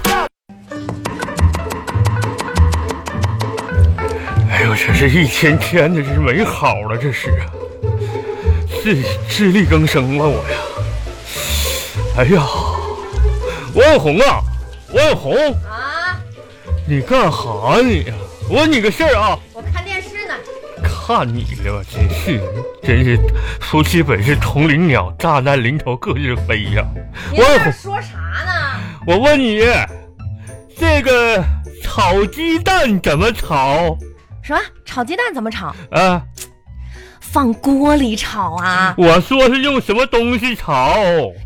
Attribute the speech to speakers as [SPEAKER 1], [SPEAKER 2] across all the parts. [SPEAKER 1] 这哎是一天天的，这是没好了，这是啊，自自力更生了我呀！哎呀，王红啊，王红，
[SPEAKER 2] 啊，
[SPEAKER 1] 你干哈你呀、我问你个事儿啊，
[SPEAKER 2] 我看电视呢。
[SPEAKER 1] 看你了，我真是真是，夫妻本是同林鸟，大难临头各自飞呀、
[SPEAKER 2] 你
[SPEAKER 1] 王
[SPEAKER 2] 在这
[SPEAKER 1] 红
[SPEAKER 2] 儿，说啥呢？
[SPEAKER 1] 我问你，这个炒鸡蛋怎么炒
[SPEAKER 2] 什么啊炒鸡蛋怎么炒？
[SPEAKER 1] 啊？
[SPEAKER 2] 放锅里炒啊，
[SPEAKER 1] 我说是用什么东西炒？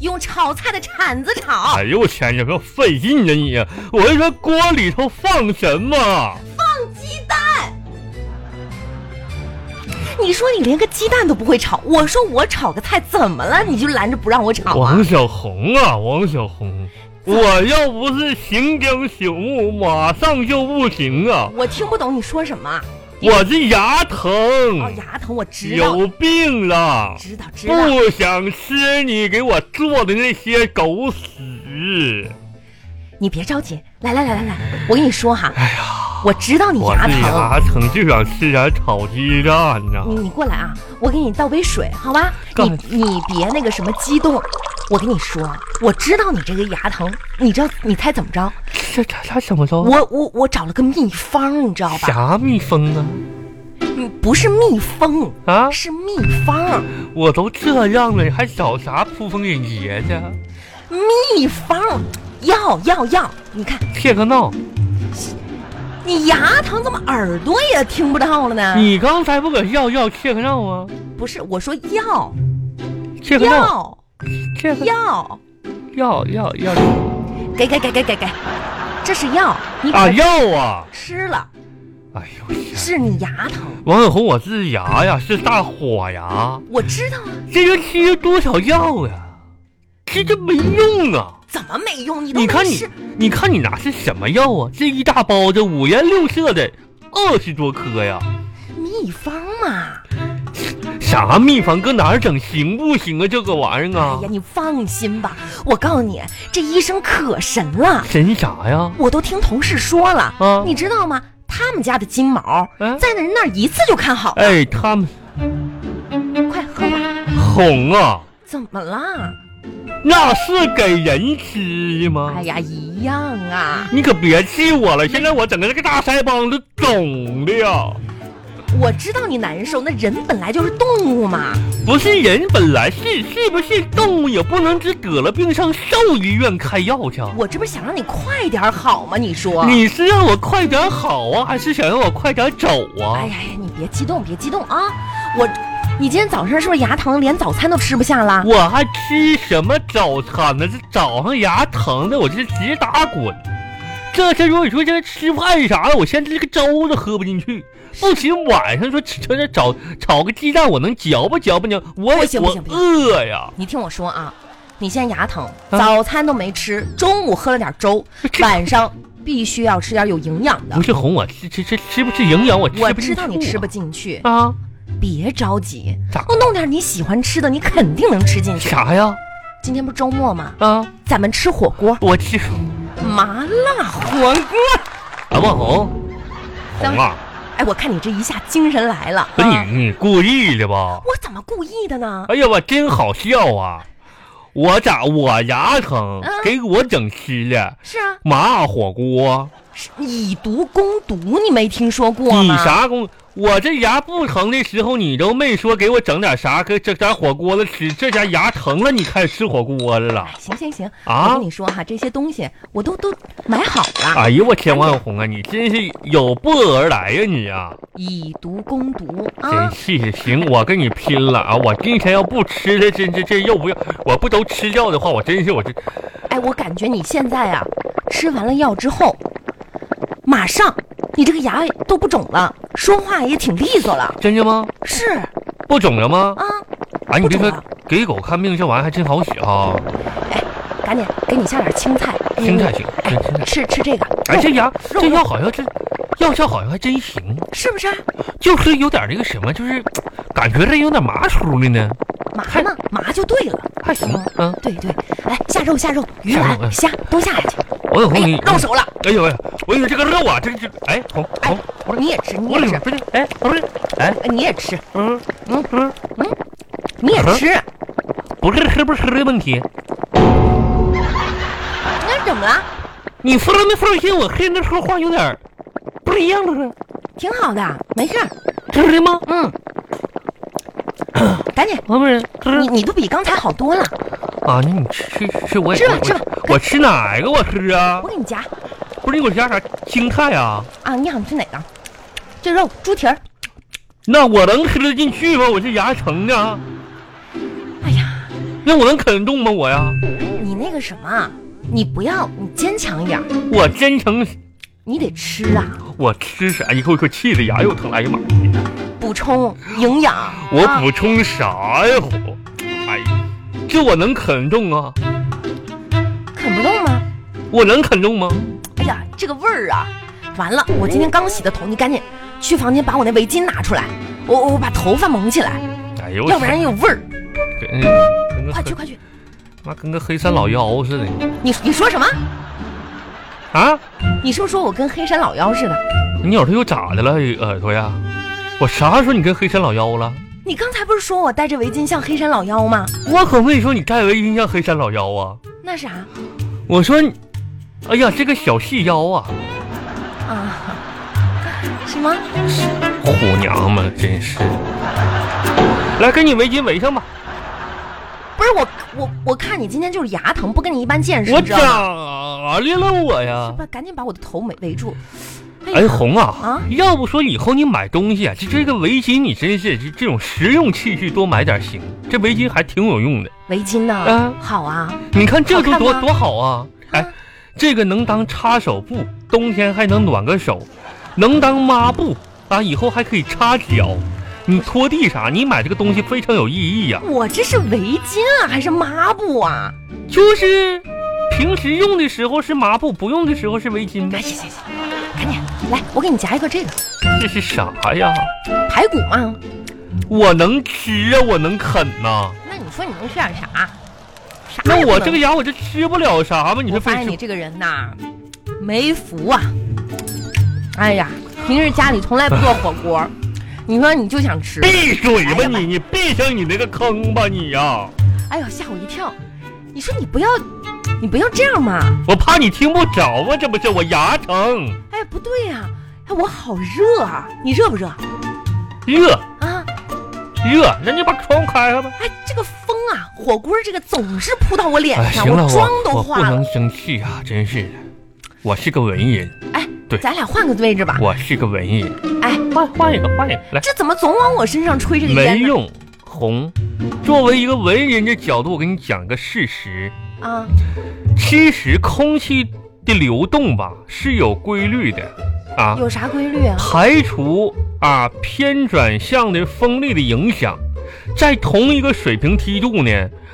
[SPEAKER 2] 用炒菜的铲子 炒，
[SPEAKER 1] 哎呦我天，你说费劲呢你！啊我是说锅里头放什么？
[SPEAKER 2] 放鸡蛋。你说你连个鸡蛋都不会炒，我说我炒个菜怎么了？你就拦着不让我炒啊
[SPEAKER 1] 王？小红啊，王小红，我要不是行将朽木，马上就不行啊！
[SPEAKER 2] 我听不懂你说什么。
[SPEAKER 1] 我这牙疼，
[SPEAKER 2] 哦，牙疼，我知道，
[SPEAKER 1] 有病了，
[SPEAKER 2] 知道，知道。
[SPEAKER 1] 不想吃你给我做的那些狗屎。
[SPEAKER 2] 你别着急，来来来来来，我跟你说哈，哎我知道你
[SPEAKER 1] 我
[SPEAKER 2] 牙
[SPEAKER 1] 这
[SPEAKER 2] 疼，
[SPEAKER 1] 牙疼就想吃点炒鸡蛋呢、
[SPEAKER 2] 你你过来啊，我给你倒杯水，好吧？
[SPEAKER 1] 干
[SPEAKER 2] 你你别那个什么激动，我跟你说，我知道你这个牙疼，你知道你猜怎么着？
[SPEAKER 1] 这他他怎么着？
[SPEAKER 2] 我我我找了个秘方，你知道吧？
[SPEAKER 1] 啥蜜蜂啊？
[SPEAKER 2] 嗯，不是蜜蜂，
[SPEAKER 1] 啊，
[SPEAKER 2] 是秘方，
[SPEAKER 1] 我都这样了，你还找啥铺风引节啊呢？
[SPEAKER 2] 秘方，要要要！你看
[SPEAKER 1] 骗个闹！
[SPEAKER 2] 你牙疼，怎么耳朵也听不到了呢？
[SPEAKER 1] 你刚才不搁要要切个闹吗？
[SPEAKER 2] 不是，我说要
[SPEAKER 1] 切个闹，
[SPEAKER 2] 要
[SPEAKER 1] 切个
[SPEAKER 2] 要，
[SPEAKER 1] 要要要
[SPEAKER 2] 给给给给给给，这是药，你把
[SPEAKER 1] 啊
[SPEAKER 2] 它
[SPEAKER 1] 要啊！
[SPEAKER 2] 吃了，
[SPEAKER 1] 哎呦我天！
[SPEAKER 2] 是你牙疼，
[SPEAKER 1] 王小红，我治牙呀，是大火牙，
[SPEAKER 2] 我知道啊。
[SPEAKER 1] 这个吃了多少药呀？这这没用啊！
[SPEAKER 2] 怎么没用？你都
[SPEAKER 1] 你看
[SPEAKER 2] 没
[SPEAKER 1] 你
[SPEAKER 2] 试，，
[SPEAKER 1] 你看你拿是什么药啊？这一大包子五颜六色的，二十多颗呀！
[SPEAKER 2] 秘方嘛。
[SPEAKER 1] 啥秘方搁哪儿整行不行啊？这个玩意儿
[SPEAKER 2] 哎
[SPEAKER 1] 啊
[SPEAKER 2] 呀，，你放心吧，我告诉你，这医生可神了，
[SPEAKER 1] 神啥呀？
[SPEAKER 2] 我都听同事说了。
[SPEAKER 1] 啊
[SPEAKER 2] 你知道吗？他们家的金毛、
[SPEAKER 1] 嗯
[SPEAKER 2] 在人那儿一次就看好了。
[SPEAKER 1] 哎，他们
[SPEAKER 2] 快喝吧。
[SPEAKER 1] 哄啊，
[SPEAKER 2] 怎么啦？
[SPEAKER 1] 那是给人吃的吗？
[SPEAKER 2] 哎呀，一样啊。
[SPEAKER 1] 你可别气我了，现在我整个这个大腮帮子肿的呀，
[SPEAKER 2] 我知道你难受，那人本来就是动物嘛。
[SPEAKER 1] 不是人本来是是不是动物也不能只得了病上兽医院开药去啊？
[SPEAKER 2] 我这不是想让你快点好吗？你说。
[SPEAKER 1] 你是让我快点好啊，还是想让我快点走啊
[SPEAKER 2] 哎？呀哎呀，你别激动，别激动啊！我，你今天早上是不是牙疼，连早餐都吃不下了？
[SPEAKER 1] 我还吃什么早餐呢？这早上牙疼的，我这直打滚。这事儿如果你说这吃饭啥的，我现在这个粥都喝不进去。不行，晚上说吃吃点炒炒个鸡蛋，我能嚼吧嚼吧呢？我
[SPEAKER 2] 不行不行不
[SPEAKER 1] 我饿呀！
[SPEAKER 2] 你听我说啊，你现在牙疼，
[SPEAKER 1] 啊
[SPEAKER 2] 早餐都没吃，中午喝了点 粥，晚上必须要吃点有营养的
[SPEAKER 1] 不。是哄我吃吃吃吃不吃营养，我吃
[SPEAKER 2] 我
[SPEAKER 1] 不进
[SPEAKER 2] 知道你
[SPEAKER 1] 去
[SPEAKER 2] 吃
[SPEAKER 1] 啊
[SPEAKER 2] 不进去，
[SPEAKER 1] 啊？
[SPEAKER 2] 别着急
[SPEAKER 1] 咋，
[SPEAKER 2] 我弄点你喜欢吃的，你肯定能吃进去。
[SPEAKER 1] 啥呀？
[SPEAKER 2] 今天不是周末吗？
[SPEAKER 1] 啊，
[SPEAKER 2] 咱们吃火锅，
[SPEAKER 1] 我吃
[SPEAKER 2] 麻辣火锅。
[SPEAKER 1] 啊，万红，
[SPEAKER 2] 咱
[SPEAKER 1] 红
[SPEAKER 2] 们
[SPEAKER 1] 啊，
[SPEAKER 2] 哎，我看你这一下精神来了。
[SPEAKER 1] 不是
[SPEAKER 2] 啊
[SPEAKER 1] 你你故意的吧？
[SPEAKER 2] 我怎么故意的呢？
[SPEAKER 1] 哎呀，我真好笑啊！我咋我牙疼
[SPEAKER 2] 嗯，
[SPEAKER 1] 给我整吃的
[SPEAKER 2] 是啊，
[SPEAKER 1] 麻辣火锅，
[SPEAKER 2] 是以毒攻毒，你没听说过
[SPEAKER 1] 你
[SPEAKER 2] 吗？
[SPEAKER 1] 啥工？我这牙不疼的时候，你都没说给我整点啥，给整点火锅了吃。这家牙疼了，你开始吃火锅了
[SPEAKER 2] 哎，行行行，我
[SPEAKER 1] 啊
[SPEAKER 2] 跟？你说哈，这些东西我都都买好了。
[SPEAKER 1] 哎呦我天，万红啊，你真是有备而来呀、你啊！
[SPEAKER 2] 以毒攻毒
[SPEAKER 1] 真
[SPEAKER 2] 啊！
[SPEAKER 1] 是行，我跟你拼了啊！我今天要不吃这这这这肉不要，我不都吃掉的话，我真是我这
[SPEAKER 2] 哎，我感觉你现在啊，吃完了药之后，马上你这个牙都不肿了，说话也挺利索了。
[SPEAKER 1] 真的吗？
[SPEAKER 2] 是
[SPEAKER 1] 不肿了吗？
[SPEAKER 2] 啊，
[SPEAKER 1] 哎，你
[SPEAKER 2] 不
[SPEAKER 1] 别
[SPEAKER 2] 肿
[SPEAKER 1] 说
[SPEAKER 2] 了，
[SPEAKER 1] 给狗看病这玩意儿还真好使啊！
[SPEAKER 2] 赶紧给你下点青菜，你
[SPEAKER 1] 青菜行，青青菜。
[SPEAKER 2] 吃吃这个，
[SPEAKER 1] 哎，这牙
[SPEAKER 2] 肉
[SPEAKER 1] 这药好像这药效好像还真行，
[SPEAKER 2] 是不是啊
[SPEAKER 1] 就是有点那个什么，就是感觉这有点麻酥的呢，
[SPEAKER 2] 麻呢？麻就对了。哦
[SPEAKER 1] 还行啊。
[SPEAKER 2] 对对，哎，下肉下肉，鱼
[SPEAKER 1] 下肉
[SPEAKER 2] 丸、
[SPEAKER 1] 嗯
[SPEAKER 2] 虾都下下去。
[SPEAKER 1] 我有
[SPEAKER 2] 哎
[SPEAKER 1] 红
[SPEAKER 2] 呀
[SPEAKER 1] 你，
[SPEAKER 2] 到手了！
[SPEAKER 1] 哎呦喂，我以为这个肉啊，这个这哎红
[SPEAKER 2] 哎
[SPEAKER 1] 红，
[SPEAKER 2] 我说你也吃，你
[SPEAKER 1] 我
[SPEAKER 2] 也
[SPEAKER 1] 里
[SPEAKER 2] 吃
[SPEAKER 1] 面，不是哎不是哎
[SPEAKER 2] 哎你也吃，
[SPEAKER 1] 嗯嗯嗯，
[SPEAKER 2] 你也
[SPEAKER 1] 嗯
[SPEAKER 2] 吃，
[SPEAKER 1] 不是吃不吃的问题，
[SPEAKER 2] 那怎么了？
[SPEAKER 1] 你分没分心我黑那时候话有点儿不一样了呢，
[SPEAKER 2] 挺好的，没事儿。
[SPEAKER 1] 吃的吗？
[SPEAKER 2] 嗯， 赶紧，
[SPEAKER 1] 王夫人，吃
[SPEAKER 2] 你你不比刚才好多了？
[SPEAKER 1] 啊，那你吃吃吃我也
[SPEAKER 2] 吃吧
[SPEAKER 1] 我
[SPEAKER 2] 吃吧
[SPEAKER 1] 我吃哪个我吃啊
[SPEAKER 2] 我？给你夹
[SPEAKER 1] 不是你给我加啥青菜啊？
[SPEAKER 2] 啊！你想吃哪个？这肉猪蹄儿。
[SPEAKER 1] 那我能吃得进去吗？我这牙疼呢，
[SPEAKER 2] 哎呀，
[SPEAKER 1] 那我能啃动吗？我呀，
[SPEAKER 2] 你那个什么，啊你不要，你坚强一点儿，
[SPEAKER 1] 我真诚，
[SPEAKER 2] 你得吃啊，
[SPEAKER 1] 我吃啥？一口一口气的牙又疼，哎呀妈！
[SPEAKER 2] 补充营养。
[SPEAKER 1] 我
[SPEAKER 2] 啊
[SPEAKER 1] 补充啥呀？我，哎呀，这我能啃动啊？
[SPEAKER 2] 啃不动吗？
[SPEAKER 1] 我能啃动吗？
[SPEAKER 2] 哎呀，这个味儿啊！完了，我今天刚洗的头，你赶紧去房间把我那围巾拿出来，我我我把头发蒙起来，
[SPEAKER 1] 哎呦，
[SPEAKER 2] 要不然有味儿。
[SPEAKER 1] 这跟跟个
[SPEAKER 2] 快去
[SPEAKER 1] 黑
[SPEAKER 2] 快去！
[SPEAKER 1] 妈跟个黑山老妖似的
[SPEAKER 2] 你你说什么？
[SPEAKER 1] 啊！
[SPEAKER 2] 你是不是说我跟黑山老妖似的？
[SPEAKER 1] 你耳朵又咋的了？耳朵呀？我啥时候你跟黑山老妖了？
[SPEAKER 2] 你刚才不是说我戴着围巾像黑山老妖吗？
[SPEAKER 1] 我可没说你戴围巾像黑山老妖啊！
[SPEAKER 2] 那啥
[SPEAKER 1] 我说你，哎呀，这个小细腰啊，
[SPEAKER 2] 啊，什么？
[SPEAKER 1] 虎娘们真是。来，给你围巾围上吧。
[SPEAKER 2] 不是我我我看你今天就是牙疼，不跟你一般见识，
[SPEAKER 1] 我
[SPEAKER 2] 你知道吗？
[SPEAKER 1] 咋的了我呀？
[SPEAKER 2] 不，赶紧把我的头围围住。
[SPEAKER 1] 哎，红啊，
[SPEAKER 2] 啊
[SPEAKER 1] 要不说以后你买东西啊，这这个围巾你真是这这种实用器具多买点行，这围巾还挺有用的。
[SPEAKER 2] 围巾呢？
[SPEAKER 1] 啊
[SPEAKER 2] 好啊，
[SPEAKER 1] 你看这都
[SPEAKER 2] 好看
[SPEAKER 1] 多
[SPEAKER 2] 吗
[SPEAKER 1] 多好啊！哎
[SPEAKER 2] 啊，
[SPEAKER 1] 这个能当擦手布，冬天还能暖个手，能当抹布啊，以后还可以擦脚。你拖地啥？你买这个东西非常有意义啊呀、
[SPEAKER 2] 我这是围巾啊，还是抹布啊？
[SPEAKER 1] 就是平时用的时候是抹布，不用的时候是围巾
[SPEAKER 2] 哎，
[SPEAKER 1] 呗。
[SPEAKER 2] 行行行，赶紧来，我给你夹一个这个
[SPEAKER 1] 这是啥呀？
[SPEAKER 2] 排骨嘛。
[SPEAKER 1] 我能吃啊，我能啃呐、
[SPEAKER 2] 那你说你能吃点啥？啥也
[SPEAKER 1] 那
[SPEAKER 2] 不
[SPEAKER 1] 我
[SPEAKER 2] 能
[SPEAKER 1] 这个牙我就吃不了啥吗？你
[SPEAKER 2] 我
[SPEAKER 1] 说非
[SPEAKER 2] 发现
[SPEAKER 1] 吃
[SPEAKER 2] 你这个人呐，没福啊！哎呀，平时家里从来不做火锅，你说你就想吃，
[SPEAKER 1] 闭嘴吧
[SPEAKER 2] 哎呀妈
[SPEAKER 1] 你！你闭上你那个坑吧你呀、
[SPEAKER 2] 哎呦吓我一跳！你说你不要，你不要这样嘛！
[SPEAKER 1] 我怕你听不着啊，这不是我牙疼
[SPEAKER 2] 哎，不对呀、哎，我好热啊！你热不热
[SPEAKER 1] 热。
[SPEAKER 2] 啊？
[SPEAKER 1] 热，那你把窗开开吧。
[SPEAKER 2] 哎，这个风啊，火锅这个总是扑到我脸上，
[SPEAKER 1] 哎行了，
[SPEAKER 2] 妆
[SPEAKER 1] 我
[SPEAKER 2] 都
[SPEAKER 1] 我不
[SPEAKER 2] 化
[SPEAKER 1] 能
[SPEAKER 2] 了。
[SPEAKER 1] 生气啊，真是的。我是个文人，
[SPEAKER 2] 哎，
[SPEAKER 1] 对
[SPEAKER 2] 咱俩换个位置吧。
[SPEAKER 1] 我是个文人。
[SPEAKER 2] 哎，
[SPEAKER 1] 换换一个，换一个，来，
[SPEAKER 2] 这怎么总往我身上吹这个
[SPEAKER 1] 没
[SPEAKER 2] 烟呢？
[SPEAKER 1] 用。红，作为一个文人的角度，我给你讲个事实：
[SPEAKER 2] 啊，
[SPEAKER 1] 其实空气的流动吧是有规律的啊，
[SPEAKER 2] 有啥规律啊？
[SPEAKER 1] 排除啊偏转向的风力的影响，在同一个水平梯度呢，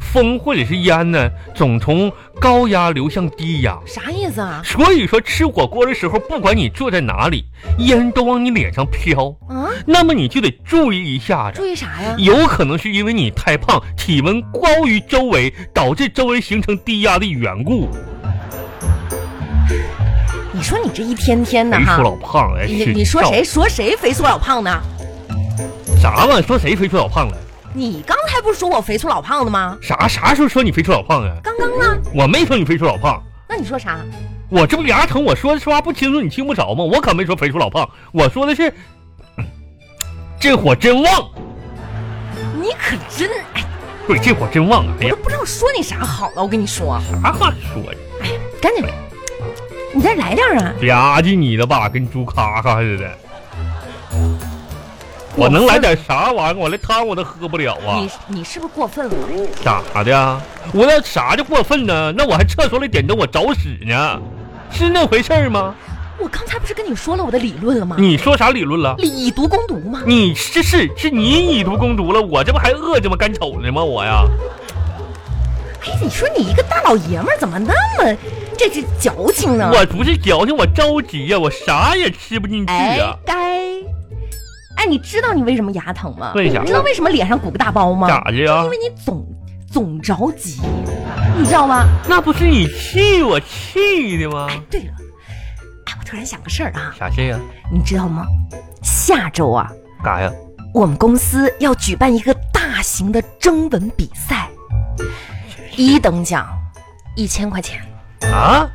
[SPEAKER 1] 风或者是烟呢，总从高压流向低压。
[SPEAKER 2] 啥意思啊？
[SPEAKER 1] 所以说，吃火锅的时候，不管你坐在哪里，烟都往你脸上飘，
[SPEAKER 2] 啊，
[SPEAKER 1] 那么你就得注意一下子。
[SPEAKER 2] 注意啥呀？
[SPEAKER 1] 有可能是因为你太胖，体温高于周围，导致周围形成低压的缘故。
[SPEAKER 2] 你说你这一天天的
[SPEAKER 1] 谁
[SPEAKER 2] 哈
[SPEAKER 1] 说，老胖哎了？
[SPEAKER 2] 你
[SPEAKER 1] 是
[SPEAKER 2] 你说谁说谁肥粗老胖呢？
[SPEAKER 1] 啥玩意儿？说谁肥出老胖了？
[SPEAKER 2] 你刚才不是说我肥粗老胖的吗？
[SPEAKER 1] 啥啥时候说你肥出老胖啊？
[SPEAKER 2] 刚刚呢？
[SPEAKER 1] 我没说你肥出老胖，
[SPEAKER 2] 那你说啥？
[SPEAKER 1] 我这不牙疼，我说说话不清楚，你听不着吗？我可没说肥出老胖，我说的是， 这火真旺，
[SPEAKER 2] 你可真哎，
[SPEAKER 1] 对，这火真旺啊！哎
[SPEAKER 2] 我
[SPEAKER 1] 呀
[SPEAKER 2] 都，不知道说你啥好了。我跟你说，
[SPEAKER 1] 啥话说呀？
[SPEAKER 2] 赶紧，你再来点儿啊！
[SPEAKER 1] 吧唧你的吧，跟猪咔咔似的。我能来点啥玩意儿？我连汤我都喝不了啊！
[SPEAKER 2] 你你是不是过分了？
[SPEAKER 1] 咋的？我那啥就过分呢？那我还厕所里点灯，我找死呢，是那回事儿吗？
[SPEAKER 2] 我刚才不是跟你说了我的理论了吗？
[SPEAKER 1] 你说啥理论了？
[SPEAKER 2] 以毒攻毒吗？
[SPEAKER 1] 你这是是你以毒攻毒了，我这不还饿着吗？干瞅呢吗？我呀，
[SPEAKER 2] 哎，你说你一个大老爷们儿怎么那么这是矫情呢？
[SPEAKER 1] 我啊不是矫情，我着急呀、我啥也吃不进去
[SPEAKER 2] 哎
[SPEAKER 1] 呀、
[SPEAKER 2] 该，哎，你知道你为什么牙疼吗？
[SPEAKER 1] 为啥
[SPEAKER 2] 你知道为什么脸上鼓个大包吗？
[SPEAKER 1] 咋的呀
[SPEAKER 2] 因？为你总总着急，你知道吗？
[SPEAKER 1] 那不是你气我气的吗？
[SPEAKER 2] 对了，哎，我突然想个事儿啊，
[SPEAKER 1] 啥事呀、
[SPEAKER 2] 你知道吗？下周啊，
[SPEAKER 1] 干啥呀？
[SPEAKER 2] 我们公司要举办一个大型的征文比赛，一等奖一千块钱。
[SPEAKER 1] 啊？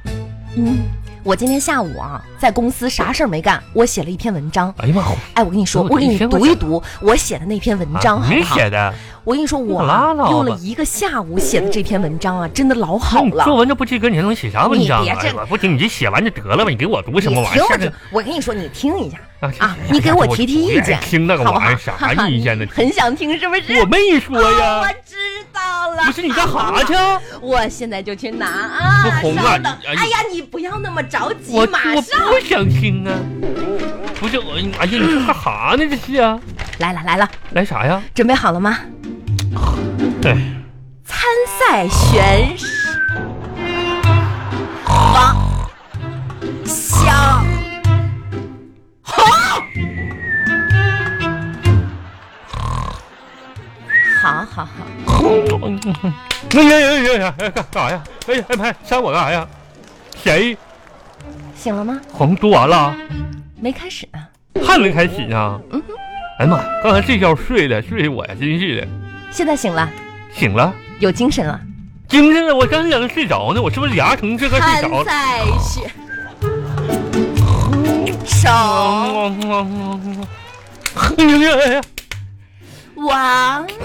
[SPEAKER 2] 嗯，我今天下午啊，在公司啥事儿没干，我写了一篇文章。
[SPEAKER 1] 哎呀妈，好
[SPEAKER 2] 哎，我跟你说，
[SPEAKER 1] 哦
[SPEAKER 2] 我给你
[SPEAKER 1] 你先
[SPEAKER 2] 读
[SPEAKER 1] 给我
[SPEAKER 2] 一读我写的那篇文章，
[SPEAKER 1] 啊
[SPEAKER 2] 好
[SPEAKER 1] 你
[SPEAKER 2] 不好？
[SPEAKER 1] 写的？
[SPEAKER 2] 我跟你说，我啊
[SPEAKER 1] 可拉倒吧
[SPEAKER 2] 用了一个下午写的这篇文章啊，真的老好
[SPEAKER 1] 那你
[SPEAKER 2] 了。
[SPEAKER 1] 作文这不及格，你还能写啥文章
[SPEAKER 2] 你
[SPEAKER 1] 啊？
[SPEAKER 2] 别
[SPEAKER 1] 哎
[SPEAKER 2] 这
[SPEAKER 1] 呀我不行，你就写完就得了呗，你给我读
[SPEAKER 2] 你
[SPEAKER 1] 什
[SPEAKER 2] 听
[SPEAKER 1] 么玩意
[SPEAKER 2] 我
[SPEAKER 1] 儿
[SPEAKER 2] 这？，我跟你说，你听一下
[SPEAKER 1] 啊
[SPEAKER 2] 啊，你给我提提意见，
[SPEAKER 1] 听那个
[SPEAKER 2] 好不
[SPEAKER 1] 玩
[SPEAKER 2] 好？
[SPEAKER 1] 意儿？啥意见呢
[SPEAKER 2] 很想听是不是？
[SPEAKER 1] 我没说
[SPEAKER 2] 哦我
[SPEAKER 1] 呀，
[SPEAKER 2] 知道了。
[SPEAKER 1] 不是你干啥去？啊？
[SPEAKER 2] 我现在就去拿啊！
[SPEAKER 1] 不红啊
[SPEAKER 2] 稍等，
[SPEAKER 1] 你哎
[SPEAKER 2] 哎呀，你不要那么着急
[SPEAKER 1] 我，
[SPEAKER 2] 马
[SPEAKER 1] 我
[SPEAKER 2] 上
[SPEAKER 1] 不想听啊！不是我，哎呀，你干啥呢？这是啊？
[SPEAKER 2] 来了来了，
[SPEAKER 1] 来啥呀？
[SPEAKER 2] 准备好了吗？
[SPEAKER 1] 对，
[SPEAKER 2] 参赛选王小红。好好好，
[SPEAKER 1] 哎呀呀呀呀！哎干啥呀？哎呀，哎拍扇我干啥呀？谁？
[SPEAKER 2] 醒了吗？
[SPEAKER 1] 红读完了，
[SPEAKER 2] 没开始啊呢。
[SPEAKER 1] 还没开始呢
[SPEAKER 2] 嗯。
[SPEAKER 1] 哎呀妈，呀，刚才这觉睡的，睡我呀，真是的。
[SPEAKER 2] 现在醒了，
[SPEAKER 1] 醒了，
[SPEAKER 2] 有精神了。
[SPEAKER 1] 精神了，我刚才在那睡着呢，我是不是牙疼这个睡着了？
[SPEAKER 2] 参赛选手王小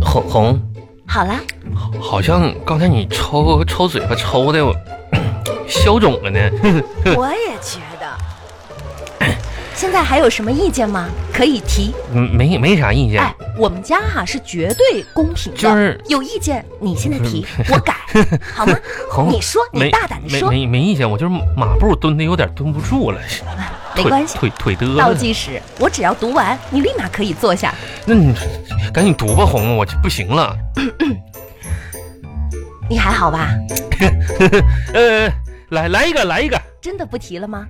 [SPEAKER 1] 红红，
[SPEAKER 2] 好了，
[SPEAKER 1] 好像刚才你抽抽嘴巴抽的我 消肿了呢。
[SPEAKER 2] 我也觉得。 现在还有什么意见吗？可以提。
[SPEAKER 1] 嗯没没啥意见。
[SPEAKER 2] 哎，我们家哈、是绝对公平的，
[SPEAKER 1] 就是
[SPEAKER 2] 有意见你现在提，我改， 好吗？
[SPEAKER 1] 红，
[SPEAKER 2] 你说，你
[SPEAKER 1] 没
[SPEAKER 2] 大胆的说，
[SPEAKER 1] 没没没意见，我就是马步蹲的有点蹲不住了，
[SPEAKER 2] 哎没
[SPEAKER 1] 腿
[SPEAKER 2] 关系。
[SPEAKER 1] 腿腿嘚
[SPEAKER 2] 倒
[SPEAKER 1] 了。
[SPEAKER 2] 计时，我只要读完，你立马可以坐下。
[SPEAKER 1] 那你赶紧读吧，红，我这不行了。
[SPEAKER 2] 你还好吧？
[SPEAKER 1] 呃，来来一个，来一个。
[SPEAKER 2] 真的不提 了吗？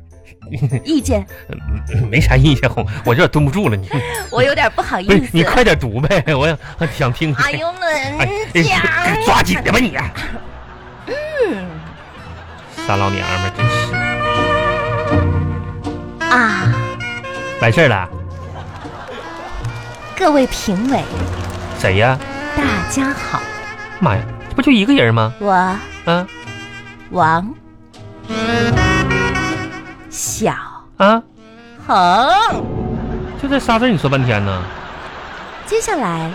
[SPEAKER 2] 意见，
[SPEAKER 1] 嗯没啥意见，红，我有点蹲不住了。你
[SPEAKER 2] 我有点不好意
[SPEAKER 1] 不是
[SPEAKER 2] 思。
[SPEAKER 1] 你快点读呗，我想想听听。
[SPEAKER 2] 哎呦，
[SPEAKER 1] 哎
[SPEAKER 2] 门
[SPEAKER 1] 哎
[SPEAKER 2] 将，
[SPEAKER 1] 抓紧的吧你。啊傻嗯老娘们儿真是
[SPEAKER 2] 啊！
[SPEAKER 1] 完事儿了？
[SPEAKER 2] 各位评委，
[SPEAKER 1] 谁呀？
[SPEAKER 2] 大家好，
[SPEAKER 1] 妈呀，这不就一个人吗？
[SPEAKER 2] 我
[SPEAKER 1] 啊
[SPEAKER 2] 王小
[SPEAKER 1] 啊，
[SPEAKER 2] 红。
[SPEAKER 1] 就这仨字儿你说半天呢？
[SPEAKER 2] 接下来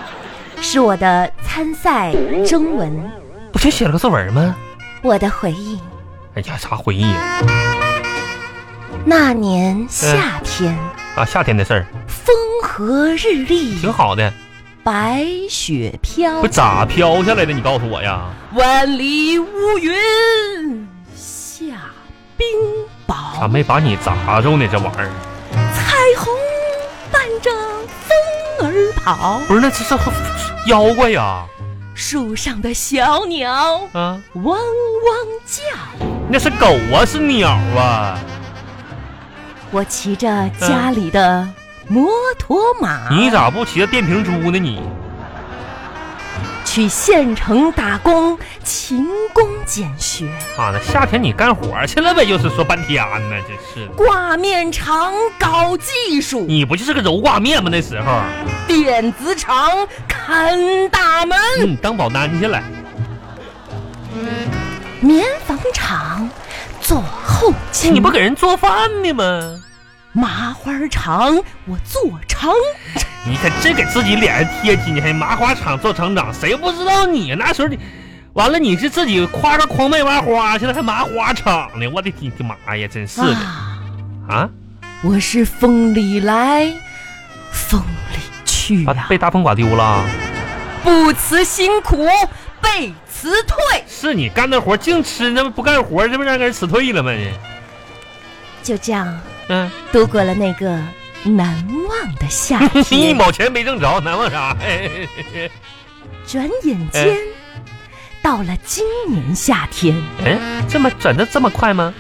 [SPEAKER 2] 是我的参赛征文，
[SPEAKER 1] 不就写了个作文吗？
[SPEAKER 2] 我的回应。
[SPEAKER 1] 哎呀，啥回忆呀？
[SPEAKER 2] 那年夏天，
[SPEAKER 1] 啊，夏天的事儿
[SPEAKER 2] 风和日丽，
[SPEAKER 1] 挺好的，
[SPEAKER 2] 白雪飘
[SPEAKER 1] 不，咋飘下来的？你告诉我呀？
[SPEAKER 2] 万里无云下冰
[SPEAKER 1] 咋
[SPEAKER 2] 雹，
[SPEAKER 1] 没把你砸着呢？这玩意儿
[SPEAKER 2] 彩虹伴着风儿跑，
[SPEAKER 1] 不是那这是妖怪呀？
[SPEAKER 2] 树上的小鸟
[SPEAKER 1] 啊，
[SPEAKER 2] 汪汪叫。
[SPEAKER 1] 那是狗啊，是鸟啊？
[SPEAKER 2] 我骑着家里的摩托马，
[SPEAKER 1] 嗯你咋不骑着电瓶猪呢你？
[SPEAKER 2] 去县城打工，勤工俭学，
[SPEAKER 1] 啊，那夏天你干活去了呗？就是说半天呢，真是的。
[SPEAKER 2] 挂面厂搞技术，
[SPEAKER 1] 你不就是个揉挂面吗？那时候，
[SPEAKER 2] 电子厂看大门，
[SPEAKER 1] 嗯，当保单去了。
[SPEAKER 2] 棉纺厂做后勤，
[SPEAKER 1] 你不给人做饭呢吗？
[SPEAKER 2] 麻花厂我做成，
[SPEAKER 1] 你可真给自己脸上贴金，还麻花厂做厂长，谁不知道你啊那时候你，完了你是自己夸张狂卖麻花去了，还麻花厂呢？我的天的妈呀，真是的
[SPEAKER 2] 啊，
[SPEAKER 1] 啊！
[SPEAKER 2] 我是风里来，风里去
[SPEAKER 1] 啊，被大风刮丢了，啊
[SPEAKER 2] 不辞辛苦被辞退。
[SPEAKER 1] 是你干那活净吃，那不干活，这不让人辞退了吗？
[SPEAKER 2] 就这样
[SPEAKER 1] 嗯、
[SPEAKER 2] 度过了那个难忘的夏
[SPEAKER 1] 一
[SPEAKER 2] 天。
[SPEAKER 1] 毛钱没挣着，难忘啥？哎哎
[SPEAKER 2] 转眼间，到了今年夏天，
[SPEAKER 1] 哎，这么转的这么快吗？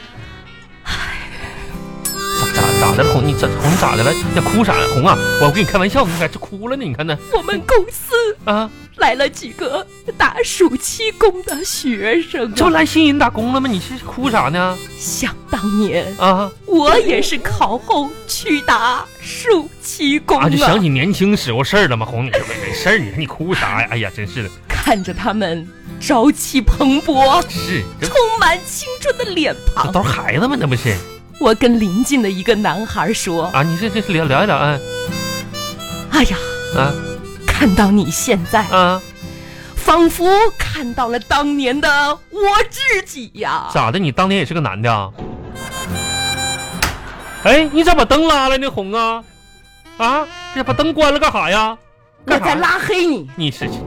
[SPEAKER 1] 咋咋咋的了红？你咋红咋的了？要哭啥呀？红啊！我跟你开玩笑，你咋就哭了呢？你看呢？
[SPEAKER 2] 我们公司
[SPEAKER 1] 啊，
[SPEAKER 2] 来了几个打暑期工的学生
[SPEAKER 1] 这不
[SPEAKER 2] 啊！
[SPEAKER 1] 来新人打工了吗？你是哭啥呢？
[SPEAKER 2] 想当年，
[SPEAKER 1] 啊
[SPEAKER 2] 我也是考后去打暑期工
[SPEAKER 1] 啊！就
[SPEAKER 2] 啊
[SPEAKER 1] 想，起年轻时候事儿了吗？红，你这没没事儿，你你哭啥呀？哎呀，真是的，
[SPEAKER 2] 看着他们朝气蓬 勃、
[SPEAKER 1] 是这
[SPEAKER 2] 充满青春的脸
[SPEAKER 1] 这
[SPEAKER 2] 庞，
[SPEAKER 1] 都是孩子们，那不是
[SPEAKER 2] 我跟邻近的一个男孩说
[SPEAKER 1] 啊？你这这聊聊一聊，哎：“
[SPEAKER 2] 哎呀，
[SPEAKER 1] 啊
[SPEAKER 2] 看到你现在，
[SPEAKER 1] 啊，
[SPEAKER 2] 仿佛看到了当年的我自己呀、
[SPEAKER 1] 咋的？你当年也是个男的啊？哎，你咋把灯拉了呢，红啊？啊，这把灯关了干啥呀？
[SPEAKER 2] 我
[SPEAKER 1] 干啥
[SPEAKER 2] 在拉黑你，
[SPEAKER 1] 你是你